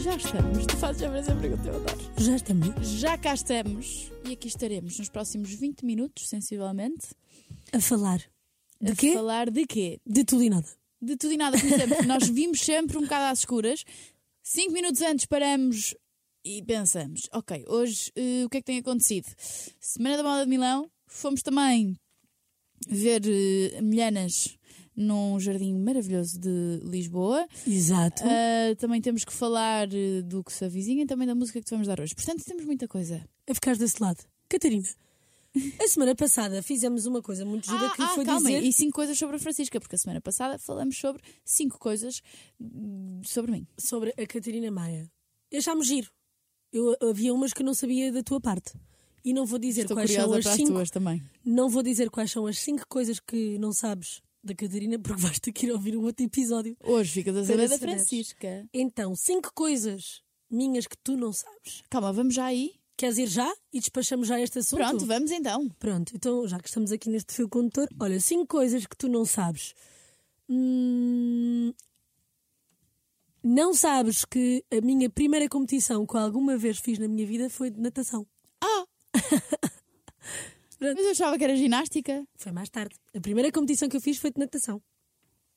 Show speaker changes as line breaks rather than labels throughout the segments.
já estamos. Tu fazes sempre essa pergunta, eu adoro.
Já estamos.
Já cá estamos e aqui estaremos nos próximos 20 minutos, sensivelmente,
A falar. De
a
quê?
falar de quê?
De tudo e nada.
De tudo e nada, como sempre. Nós vimos sempre um bocado às escuras. Cinco minutos antes paramos e pensamos: ok, hoje eh, o que é que tem acontecido? Semana da Moda de Milão, fomos também ver eh, milhanas num jardim maravilhoso de Lisboa.
Exato.
Ah, também temos que falar eh, do que se avizinha e também da música que te vamos dar hoje. Portanto, temos muita coisa.
a ficar desse lado. Catarina, a semana passada fizemos uma coisa muito gira que foi
Ah, calma,
dizer.
e cinco coisas sobre a Francisca, porque a semana passada falamos sobre cinco coisas hum, sobre mim.
sobre a Catarina Maia. Achámos giro. Eu, havia umas que eu não sabia da tua parte. E não vou dizer
Estou
quais
curiosa
são
para
as
as
cinco.
tuas também.
Não vou dizer quais são as cinco coisas que não sabes da Catarina, porque vais ter que ir ouvir o outro episódio.
Hoje ficas a saber
Para
da
saberes.
Francisca.
Então, cinco coisas minhas que tu não sabes.
Calma, vamos já aí?
Queres ir já? E despachamos já este assunto?
Pronto, vamos então.
Pronto, então já que estamos aqui neste fio condutor, olha, cinco coisas que tu não sabes. Hum, não sabes que a minha primeira competição que alguma vez fiz na minha vida foi de natação.
Ah! Mas eu achava que era ginástica.
Foi mais tarde. A primeira competição que eu fiz foi de natação.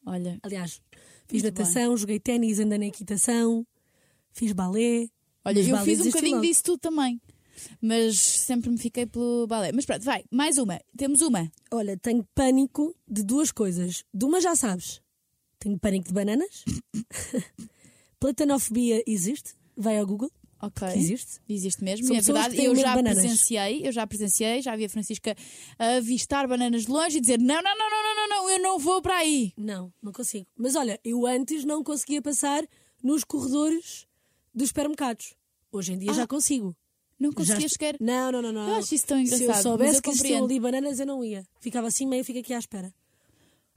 Olha,
Aliás, fiz
Muito
natação, joguei ténis, andei na equitação, fiz balé.
olha
Mas
eu
balé
fiz um
desisti
bocadinho
logo.
disso tudo também. Mas sempre me fiquei pelo balé. Mas pronto, vai, mais uma. Temos uma.
Olha, tenho pânico de duas coisas. De uma já sabes. Tenho pânico de bananas. Platanofobia existe. Vai ao Google.
Ok.
que existe.
Existe mesmo,
São
e é
pessoas que
verdade.
têm
Eu
medo de
já
bananas.
presenciei, eu já presenciei, já vi a Francisca avistar bananas de longe e dizer: não, não, não, não, não, não, não, eu não vou para aí.
Não, não consigo. Mas olha, eu antes não conseguia passar nos corredores dos supermercados. Hoje em dia já consigo.
Não conseguia
já...
Ah, sequer.
Não, não, não, não.
Eu acho isso tão engraçado,
Se eu
mas
soubesse
eu
que existiam
compreendo.
ali bananas, eu não ia. Ficava assim, meio fica aqui à espera.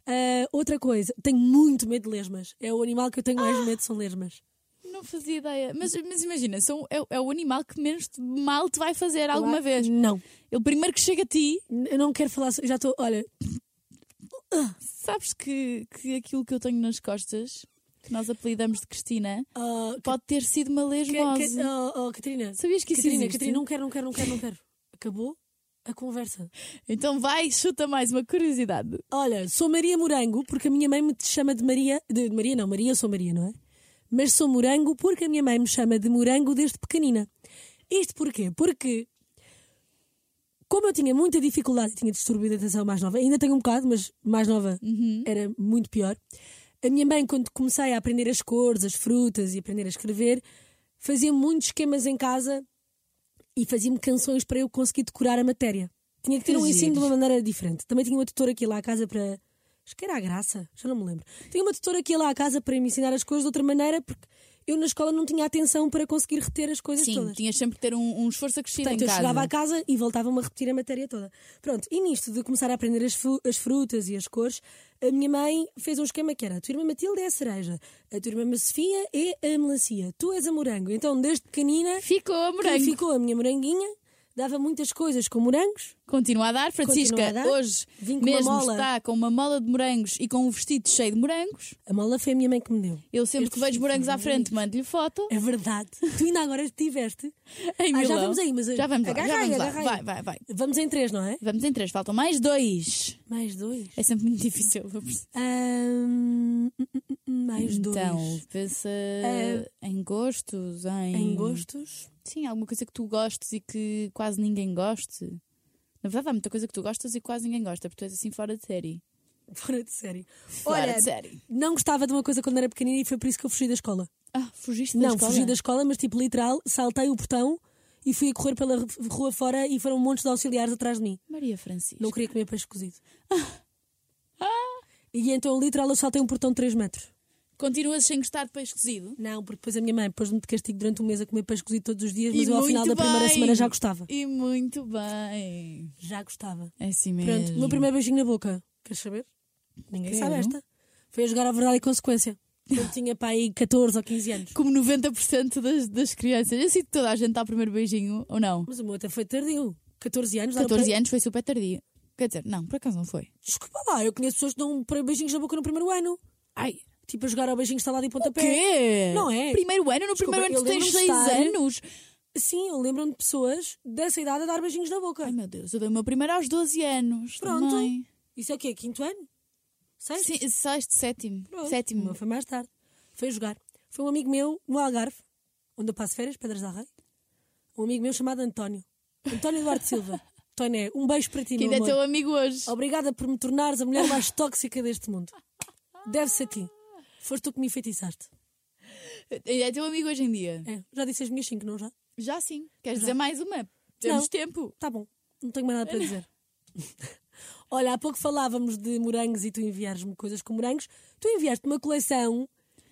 Ah, outra coisa, tenho muito medo de lesmas. É o animal que eu tenho mais
Ah!
medo, são lesmas.
Não fazia ideia. Mas, mas imagina, são, é, é o animal que menos te- mal te vai fazer alguma
Eu-
vez.
Não.
Ele primeiro que chega a ti,
Eu não quero falar. so- Já estou. Olha,
sabes que, que aquilo que eu tenho nas costas, que nós apelidamos de Cristina,
ah,
pode ter sido uma
Que- que-
lesmose.
oh, oh, Catarina.
Sabias que isso
Catarina,
existe?
Catarina, não quero, não quero, não quero, não quero. Acabou a conversa.
Então vai, chuta mais uma curiosidade.
Olha, sou Maria Morango porque a minha mãe me chama de Maria. De de Maria não, Maria eu sou Maria, não é? Mas sou Morango porque a minha mãe me chama de Morango desde pequenina. Isto porquê? Porque como eu tinha muita dificuldade, tinha distúrbio de atenção mais nova, ainda tenho um bocado, mas mais nova
Uhum.
era muito pior. A minha mãe, quando comecei a aprender as cores, as frutas e aprender a escrever, fazia muitos esquemas em casa e fazia-me canções para eu conseguir decorar a matéria. Tinha que ter
Que
um ensino de
giro.
uma maneira diferente. Também tinha uma tutora que ia lá à casa para. Acho que era a graça, já não me lembro. Tinha uma tutora que ia lá à casa para me ensinar as coisas de outra maneira, porque eu na escola não tinha atenção para conseguir reter as coisas
Sim,
todas.
tinhas sempre que ter um, um esforço acrescido
Portanto,
em
eu
casa.
chegava a casa e voltava-me a repetir a matéria toda. Pronto, e nisto de começar a aprender as, fu- as frutas e as cores, a minha mãe fez um esquema que era a tua irmã Matilde é a cereja, a tua irmã Ma- Sofia é a melancia, tu és a morango. Então, desde pequenina,
Ficou a morango.
que ficou a minha moranguinha, dava muitas coisas com morangos.
Continua a dar, Francisca.
Continua a dar.
Hoje
Vim com uma
mesmo
mola.
está com uma mola de morangos e com um vestido cheio de morangos.
A mola foi a minha mãe que me deu.
Eu sempre
Este
que vejo
vestido
morangos
é
à frente mando-lhe foto.
É verdade. tu ainda agora estiveste.
Em
Ah, já
Milão.
vamos aí, mas
já vamos lá, já
agarra aí,
vamos lá.
agarra aí.
Vai, vai, vai.
Vamos em três, não é?
Vamos em três, faltam mais dois.
Mais dois.
É sempre muito difícil. eu percebo.
Ahm, mais dois. É-
Então, pensa em gostos, em...
Em gostos.
Sim, alguma coisa que tu gostes e que quase ninguém goste. Na verdade, há muita coisa que tu gostas e quase ninguém gosta, porque tu és assim fora de série.
Fora de série.
Fora
Olha,
de série.
não gostava de uma coisa quando era pequenina e foi por isso que eu fugi da escola.
Ah, fugiste da
não,
escola?
fugi da escola, mas tipo, literal, saltei o portão e fui a correr pela r- rua fora e foram um monte de auxiliares atrás de mim.
Maria Francisca.
Não queria comer peixe cozido. E então, literal, eu saltei um portão de 3 metros.
Continuas sem gostar de peixe cozido?
Não, porque depois a minha mãe pôs-me de castigo durante um mês a comer peixe cozido todos os dias, mas
E
eu ao final
muito
da primeira
bem.
semana já gostava.
E muito bem.
Já gostava.
É assim mesmo.
Pronto, o meu primeiro beijinho na boca. Queres saber? Ninguém
Quero.
sabe esta. Foi a jogar a verdade e consequência. Quando tinha para aí 14 ou 15 anos.
Como 90% das, das crianças. Eu sinto que toda a gente dá o primeiro beijinho, ou não?
Mas o meu até foi tardio. 14 anos. dá o
14
pre-
anos foi super tardio. Quer dizer, não, por acaso não foi.
um Desculpa lá, eu conheço pessoas que dão pre- beijinhos na boca no primeiro ano.
Ai,
tipo a jogar ao beijinho instalado e pontapé.
Quê?
Não é?
Primeiro ano, no
Desculpa,
primeiro ano
eu
tu tens seis
lembro-me de estar-
anos.
Sim, eu lembro-me de pessoas dessa idade a dar beijinhos na boca.
Ai meu Deus, eu dei o meu primeiro aos 12 anos.
Pronto.
também.
Isso é o quê? Quinto ano? Sexto?
Sim, sexto, sétimo.
Pronto. O
Sétimo.
meu foi mais tarde. Foi jogar. Foi um amigo meu no Algarve, onde eu passo férias, Pedras da Rei. Um amigo meu chamado António. António Eduardo Silva. António, um beijo para ti,
Que
meu
ainda é
amor.
teu amigo hoje.
Obrigada por me tornares a mulher mais tóxica deste mundo. Deve-se a ti. Foste tu que me enfeitiçaste.
Ainda é teu amigo hoje em dia.
É, já disse as minhas cinco, não já?
Já sim. Queres dizer mais uma? Temos tempo.
Tá bom, não tenho mais nada para dizer. Olha, há pouco falávamos de morangos e tu enviares-me coisas com morangos. Tu enviaste uma coleção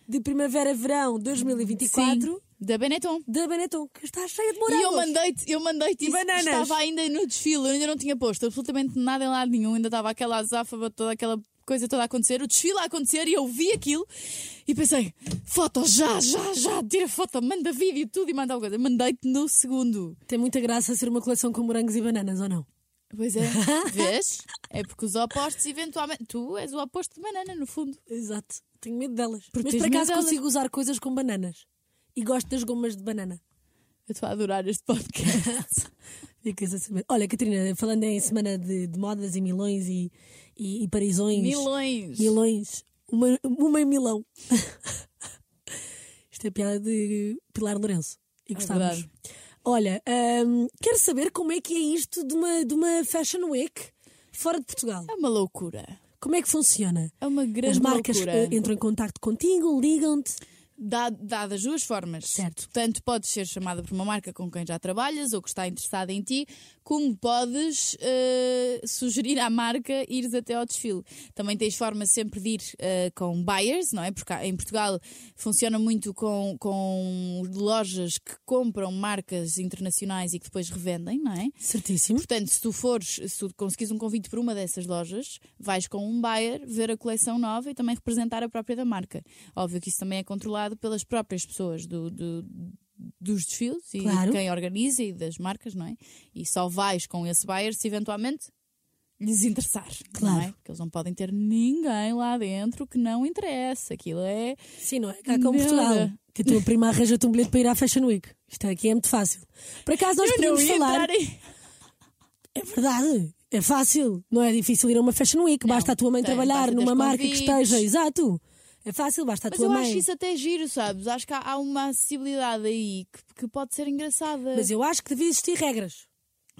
de primavera-verão 2024
Sim, Da Benetton.
da Benetton, que está cheia de
E
morangos.
eu mandei-te, eu mandei-te isso.
bananas.
Estava ainda no desfile, eu ainda não tinha posto absolutamente nada em lado nenhum, ainda estava aquela azáfaba, toda aquela coisa toda a acontecer, o desfile a acontecer e eu vi aquilo e pensei, foto já, já, já, tira foto, manda vídeo, tudo e manda alguma coisa. Mandei-te no segundo.
Tem muita graça ser uma coleção com morangos e bananas, ou não?
Pois é, vês? É porque os opostos eventualmente. Tu és o oposto de banana, no fundo.
Exato. Tenho medo delas.
Porque
Mas
tens
por
medo
acaso
delas.
consigo usar coisas com bananas. E gosto das gomas de banana.
Eu estou a adorar este podcast.
Ficas a saber. Olha, Catarina, falando em semana de, de modas e milões e, e, e parisões.
Milões.
Milões. Uma, uma em Milão. Isto é piada de Pilar Lourenço. E gostávamos.
verdade.
Olha, hum, quero saber como é que é isto de uma, de uma Fashion Week fora de Portugal.
É uma loucura.
Como é que funciona?
É uma grande
As marcas
loucura.
eh, entram em contacto contigo, ligam-te.
Dá, dá das duas formas.
Certo.
Tanto podes ser chamada por uma marca com quem já trabalhas ou que está interessada em ti, como podes eh, sugerir à marca ires até ao desfile. Também tens forma sempre de ir eh, com buyers, não é? Porque há- em Portugal funciona muito com, com lojas que compram marcas internacionais e que depois revendem, não é?
Certíssimo.
Portanto, se tu fores, se tu conseguires um convite por uma dessas lojas, vais com um buyer ver a coleção nova e também representar a própria da marca. Óbvio que isso também é controlado pelas próprias pessoas do- do- dos desfiles e
Claro.
de quem organiza e das marcas, não é? E só vais com esse buyer se eventualmente lhes interessar, não é?
Claro.
Porque eles não podem ter ninguém lá dentro que não interessa. Aquilo é
Sim, não é? Cá como
Meu
Portugal.
Deus.
Que a tua prima arranja-te um bilhete para ir à Fashion Week. Isto aqui é muito fácil. Por acaso nós
Eu não
podemos
ia
falar.
entrar em-
É verdade. É fácil. Não é difícil ir a uma Fashion Week.
Não,
basta a tua mãe
tem-
trabalhar
basta teres
numa marca que
convites.
esteja. Exato. É fácil, basta a
Mas
tua
eu
mãe.
acho isso até giro, sabes? Acho que há, há uma acessibilidade aí que, que pode ser engraçada.
Mas eu acho que devia existir regras.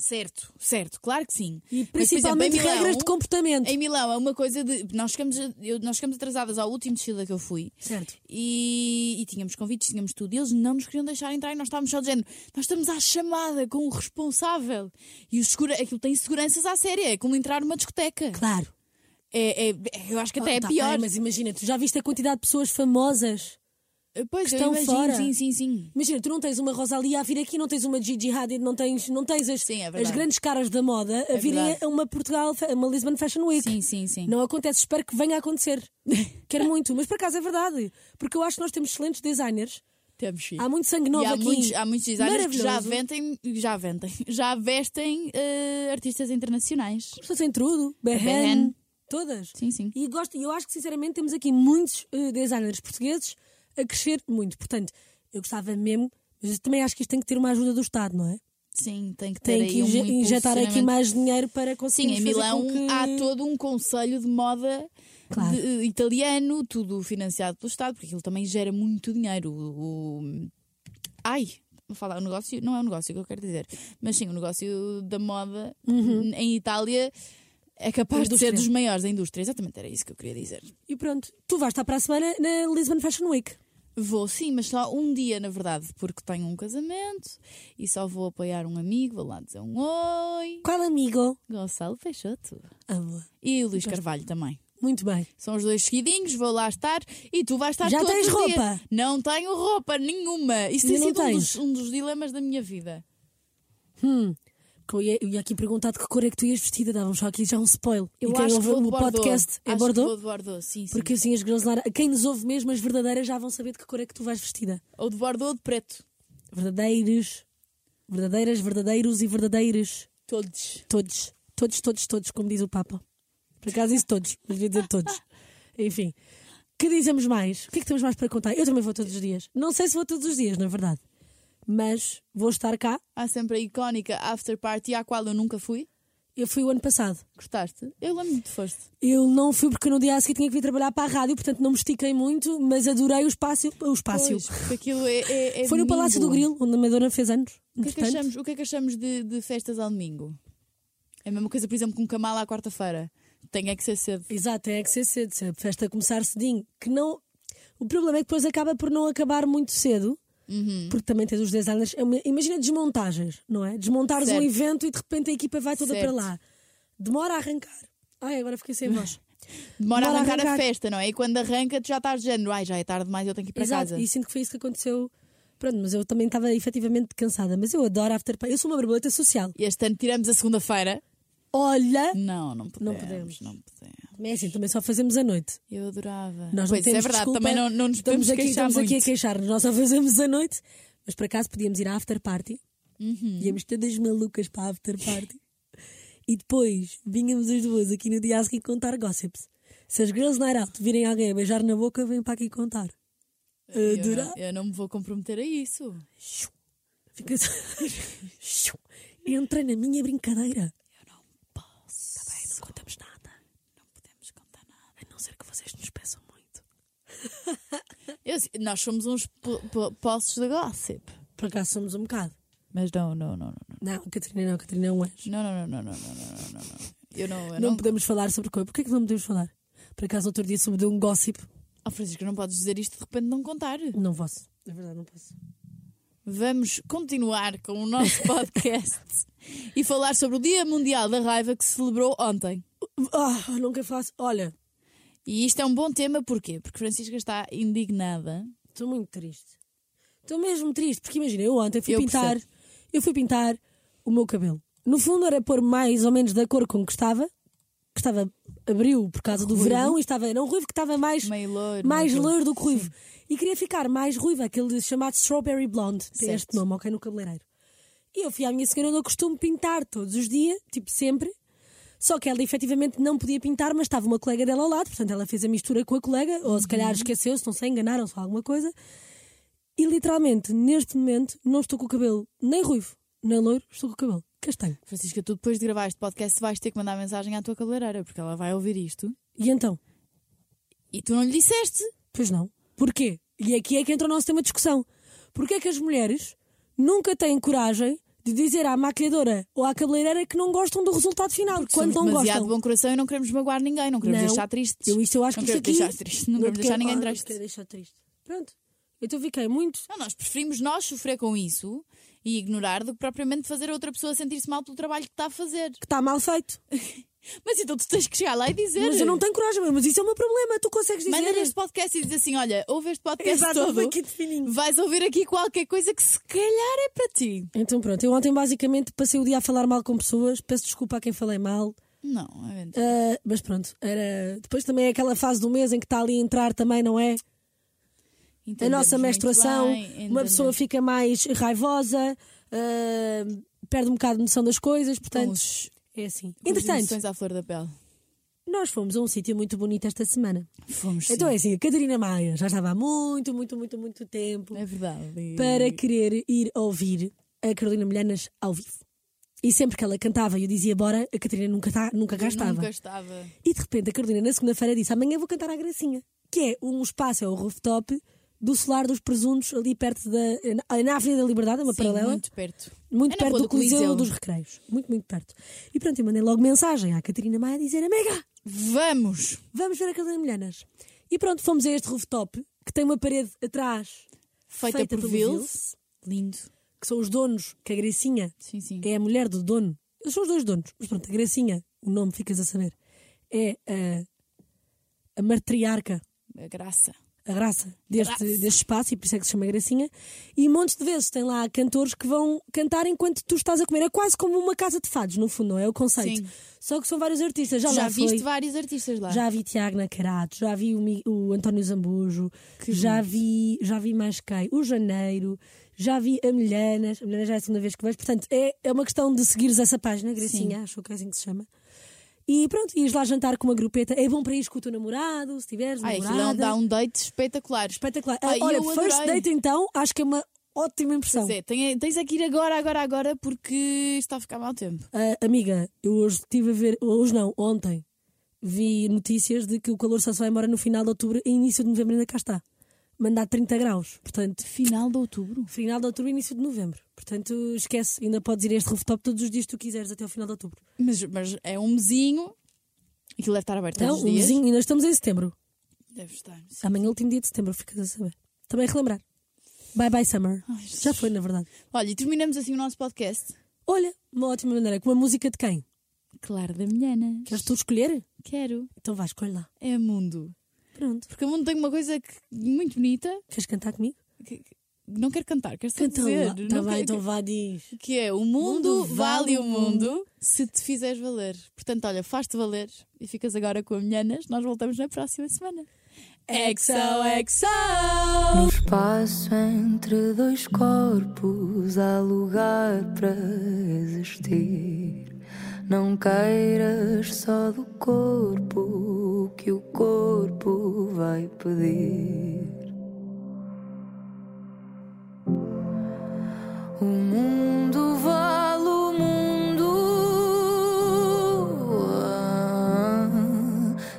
Certo, certo, claro que
E
sim. Mas, por exemplo,
principalmente
em Milão-
regras de comportamento.
Em Milão é uma coisa de. Nós chegamos, a- eu- nós chegamos atrasadas ao último desfile a que eu fui
Certo.
e, e tínhamos convites, tínhamos tudo. E eles não nos queriam deixar entrar e nós estávamos só dizendo: Nós estamos à chamada com o responsável. E o segura, aquilo tem seguranças à séria, é como entrar numa discoteca.
Claro.
É, é- é- eu acho que até é
Tá
pior.
bem, mas imagina, tu já viste a quantidade de pessoas famosas
Pois, eu
estão
imagino,
fora.
sim, sim, sim.
Imagina, tu não tens uma Rosalia a vir aqui, não tens uma Gigi Hadid, não tens, não tens as,
Sim, é verdade. É
as grandes caras da moda a virem
verdade.
a uma Portugal, a uma Lisbon Fashion Week.
Sim, sim, sim.
Não acontece, espero que venha a acontecer. Quero muito, mas por acaso é verdade. Porque eu acho que nós temos excelentes designers.
Temos sim.
Há muito sangue novo
E há,
aqui.
Muitos, há muitos designers que já
Maravilhoso.
vendem, já vendem, já vestem eh, artistas internacionais.
Pessoas em tudo, Berren,
Berhan.
todas.
Sim, sim.
E gosto, e eu acho que sinceramente temos aqui muitos eh, designers portugueses a crescer muito. Portanto, eu gostava mesmo, mas eu também acho que isto tem que ter uma ajuda do Estado, não é?
Sim, tem que ter
Tem
aí
que
um
inje- injetar aqui
impulsionamento.
mais dinheiro para conseguir
Sim, em Milão há
que...
todo um conselho de moda
Claro.
de- eh, italiano, tudo financiado pelo Estado, porque aquilo também gera muito dinheiro. O, o- Ai, vou falar, o negócio não é um negócio que eu quero dizer, mas sim, o negócio da moda em Itália é capaz de ser
Indústria.
dos maiores da Uhum. indústria. Exatamente, era isso que eu queria dizer.
E pronto, tu vais estar para a semana na Lisbon Fashion Week.
Vou sim, mas só um dia, na verdade, porque tenho um casamento e só vou apoiar um amigo, vou lá dizer um oi.
Qual amigo?
Gonçalo Peixoto.
Ah, boa.
E o Luís Carvalho também.
Muito bem.
São os dois seguidinhos, vou lá estar e tu vais estar
Já
todos
tens
os dias.
roupa?
Não tenho roupa nenhuma. Isso tem
Ainda não
sido um
tens?
dos, um dos dilemas da minha vida.
Que Eu ia, eu ia aqui perguntar de que cor é que tu ias vestida, davam só aqui já um spoiler.
Eu
e quem
acho que
ouve
vou de
o
Bordeaux.
podcast é
Acho que
Bordeaux?
vou de Bordeaux, sim, sim.
Porque assim as groselaras, quem nos ouve mesmo, as verdadeiras já vão saber de que cor é que tu vais vestida.
Ou de Bordeaux ou de preto.
Verdadeiros, verdadeiras, verdadeiros e verdadeiros.
Todos.
Todos, todos, todos, todos, como diz o Papa. Por acaso disse todos, mas devia dizer todos. Enfim. Que dizemos mais? O que é que temos mais para contar? Eu também vou todos os dias. Não sei se vou todos os dias, na verdade. Mas vou estar cá.
Há sempre a icónica after party à qual eu nunca fui.
Eu fui o ano passado.
Gostaste? Eu lembro-me de foste.
Eu não fui porque no dia a seguir tinha que vir trabalhar para a rádio, portanto não me estiquei muito, mas adorei o espaço. O espaço.
Pois, porque aquilo é, é- é
Foi no
domingo.
Palácio do Grilo, onde a Madonna fez anos.
O que é que
entretanto.
achamos, o que é que achamos de, de festas ao domingo? É a mesma coisa, por exemplo, com Kamala à quarta-feira. Tem é que ser cedo.
Exato, é que ser cedo, se a festa começar cedinho, que não. O problema é que depois acaba por não acabar muito cedo,
Uhum.
porque também tens os designers. é uma- Imagina desmontagens, não é? Desmontares um
Certo.
evento e de repente a equipa vai toda
Certo.
para lá. Demora a arrancar. Ai, agora fiquei sem voz. Demora
Demora a
a
arrancar, a
arrancar.
festa, não é? E quando arranca, tu já estás de género. Ai, já é tarde demais, eu tenho que ir para
Exato,
casa.
e sinto que foi isso que aconteceu. Pronto, mas eu também estava efetivamente cansada. Mas eu adoro after party. Eu sou uma borboleta social.
E este ano tiramos a segunda-feira.
Olha!
Não, não podemos. Não podemos.
podemos. Mas é assim, também só fazemos à noite.
Eu adorava.
Nós
pois,
não temos
é verdade,
desculpa.
também não, não nos
estamos
podemos
aqui,
queixar
estamos
muito.
aqui a queixar-nos. Nós só fazemos à noite. Mas por acaso podíamos ir à after party.
Uhum.
Íamos todas malucas para a after party. e depois vinhamos as duas aqui no dia a seguir contar gossips. Se as girls night out virem alguém a beijar na boca, vêm para aqui contar.
Eu
Adorava.
não, eu não me vou comprometer a isso.
Shoo. Fica só. Shoo. Entra na minha brincadeira. Tá
Eu não posso.
Bem, não contamos nada.
Não podemos contar nada.
A não ser que vocês nos peçam muito.
Eu sei- nós somos uns po- po- poços de gossip.
Por acaso somos um bocado.
Mas não, não, não, não.
Não, Catarina não, Catarina é um anjo.
Não, não, não, não, não, não, não, não, não, não. Eu não, eu
Não,
não.
podemos falar sobre coisa. Porquê que não podemos falar? Por acaso outro dia soube de um gossip.
Oh, Francisco, não podes dizer isto de repente não contar.
Não posso. É verdade, não posso.
Vamos continuar com o nosso podcast e falar sobre o Dia Mundial da Raiva que se celebrou ontem.
Ah, nunca faço. Olha,
E isto é um bom tema, porquê? Porque Francisca está indignada.
estou muito triste. Estou mesmo triste, porque imagina, eu ontem fui
Eu
pintar. Eu fui pintar o meu cabelo. No fundo era pôr mais ou menos da cor com que estava. Que estava abriu por causa do verão e estava. Era um ruivo que estava mais.
Meio loiro. é?
mais
meio-
loiro do que ruivo. E queria ficar mais ruiva, aquele chamado Strawberry Blonde. Tem
Certo.
este nome, ok, no cabeleireiro. E eu fui à minha senhora onde eu costumo pintar todos os dias, tipo sempre. Só que ela efetivamente não podia pintar, mas estava uma colega dela ao lado, portanto ela fez a mistura com a colega, ou se
Uhum.
calhar esqueceu-se, não sei, enganaram-se ou alguma coisa. E literalmente, neste momento, não estou com o cabelo nem ruivo, nem loiro, estou com o cabelo castanho.
Francisca, tu depois de gravar este podcast vais ter que mandar mensagem à tua cabeleireira, porque ela vai ouvir isto.
E então?
E tu não lhe disseste.
Pois não. Porquê? E aqui é que entra o nosso tema de discussão. Porquê é que as mulheres nunca têm coragem de dizer à maquilhadora ou à cabeleireira que não gostam do resultado final? quando
Somos
não
demasiado
gostam.
de bom coração e não queremos magoar ninguém, não queremos
Não.
deixar tristes.
Eu, isto, eu acho
não
que isto
queremos
aqui...
deixar tristes, não, queremos
te
deixar
quero-
ninguém
ah, Não te
triste.
quero deixar triste. Pronto. Então fiquei muito...
Não, nós preferimos nós sofrer com isso e ignorar do que propriamente fazer a outra pessoa sentir-se mal pelo trabalho que está a fazer.
Que está mal feito.
Mas então tu tens que chegar lá e dizer.
Mas eu não tenho coragem. Mas isso é o meu problema. Tu consegues dizer...
Manda-lhe este podcast e diz assim: olha, ouve este podcast
Exato,
todo.
ouve aqui de fininho.
Vais ouvir aqui qualquer coisa que se calhar é para ti.
Então pronto. Eu ontem basicamente passei o dia a falar mal com pessoas. Peço desculpa a quem falei mal.
Não, é mentira.
Ah, mas pronto, era. Depois também é aquela fase do mês em que está ali a entrar também, não é? A
Entendemos
nossa
muito
menstruação,
bem,
uma
entendemos.
pessoa fica mais raivosa, ah, perde um bocado de noção das coisas, portanto.
os-
É assim.
Com as
Entretanto,
emoções à flor da pele.
nós fomos a um sítio muito bonito esta semana.
Fomos. é- sim.
Então é assim, a Catarina Maia já estava há muito, muito, muito, muito tempo
É verdade. E-
para querer ir ouvir a Carolina Milhanas ao vivo. E sempre que ela cantava e eu dizia bora, a Catarina nunca, tá, nunca cá estava.
Nunca estava.
E de repente a Carolina, na segunda-feira, disse: Amanhã vou cantar à Gracinha, que é um espaço, é o rooftop do Solar dos Presuntos, ali perto da. eh, na Avenida da Liberdade, é uma
Sim,
paralela. Muito,
muito perto. É na
perto
Rua
do Coliseu,
Coliseu.
dos Recreios. Muito, muito perto. E pronto, eu mandei logo mensagem à Catarina Maia a dizer: Amiga,
Vamos!
vamos ver a Carolina Milhanas. E pronto, fomos a este rooftop, que tem uma parede atrás
Feita,
Feita
por
pelo
Vils.
Vils.
Lindo.
que são os donos, que é a Gracinha
Sim, sim.
é a mulher do dono. Eles são os dois donos. Mas pronto, a Gracinha, o nome ficas a saber, é a, a matriarca.
A graça.
a graça deste,
Graça.
deste espaço e por isso é que se chama Gracinha. E montes de vezes tem lá cantores que vão cantar enquanto tu estás a comer. É quase como uma casa de fados, no fundo, não é o conceito.
Sim.
Só que são vários artistas. Já,
Já,
lá
viste
foi.
vários artistas lá.
Já vi Tiago Nacarato, já vi o, Mi- o António Zambujo, já vi, já vi mais quem? O Janeiro, já vi a Milhanas. A Milhanas já é a segunda vez que vejo. Portanto, é, é uma questão de seguires essa página, Gracinha, acho que é assim que se chama. E pronto, ias lá jantar com uma grupeta. É bom para ir com o teu namorado, se tiveres
Ai, aquilo
namorada.
dá um- dá um date espetacular.
Espetacular. Ah,
Ai,
Olha,
eu
first
adorei.
date então, acho que é uma ótima impressão.
Pois é, tem- tens é que ir agora, agora, agora, porque está a ficar mau tempo.
Ah, amiga, eu hoje estive a ver, hoje não, ontem, vi notícias de que o calor só se vai embora no final de outubro e início de novembro ainda cá está. Mandar 30 graus, portanto,
Final de outubro.
final de outubro e início de novembro. Portanto, esquece, ainda podes ir a este rooftop todos os dias que tu quiseres até ao final de outubro.
Mas, mas é um mesinho. Aquilo deve estar aberto
Então,
todos os
um
dias.
vizinho, e nós estamos em setembro.
Deve estar. sim.
Amanhã é o último dia de setembro, ficas a saber. Também a relembrar. Bye bye summer.
Ai,
Já foi, na verdade.
Olha, e terminamos assim o nosso podcast.
Olha, uma ótima maneira. Com uma música de quem?
Claro da Milhana.
Queres tu escolher?
Quero.
Então vai, escolhe lá.
É mundo.
Pronto.
Porque o mundo tem uma coisa que- muito bonita.
Queres cantar comigo?
que- que- não quero cantar, quero só
Então
dizer.
lá.
não
Tá
quero-
bem, então vá, diz.
Que é o mundo, vale o mundo se te fizeres valer. Portanto, olha, faz-te valer e ficas agora com a Milhanas. Nós voltamos na próxima semana.
XOXO!
No Um espaço entre dois corpos há lugar para existir. Não queiras só do corpo o que o corpo vai pedir. O mundo vale o mundo ah,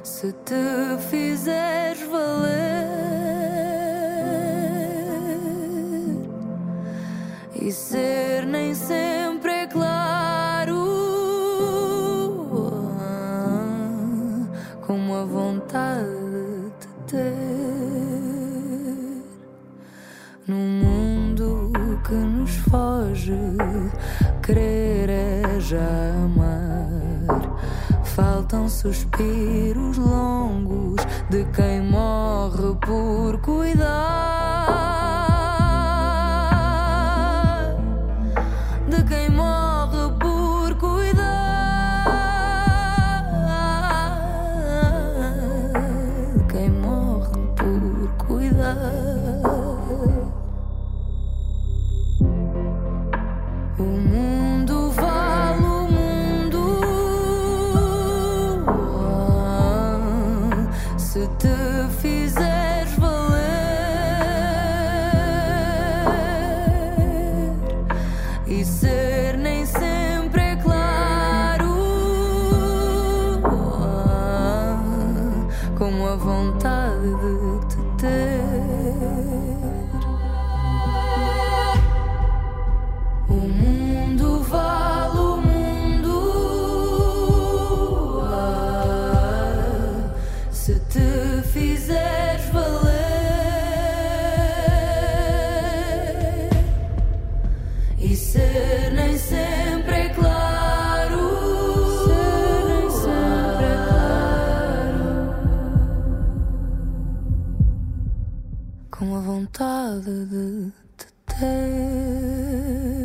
se te fizeres valer e ser nem sempre é claro ah, como a vontade de te ter num mundo que nos foge, querer é já amar. Faltam suspiros longos de quem morre por cuidar. De quem morre por cuidar. De quem morre por cuidar. O mundo vale o mundo ah, se te fizeres valer e ser nem sempre é claro ah, como a vontade de te ter. O mundo vale o mundo ah, se te fizeres valer e ser nem sempre é claro. Ser nem sempre é claro. Com a vontade de te ter.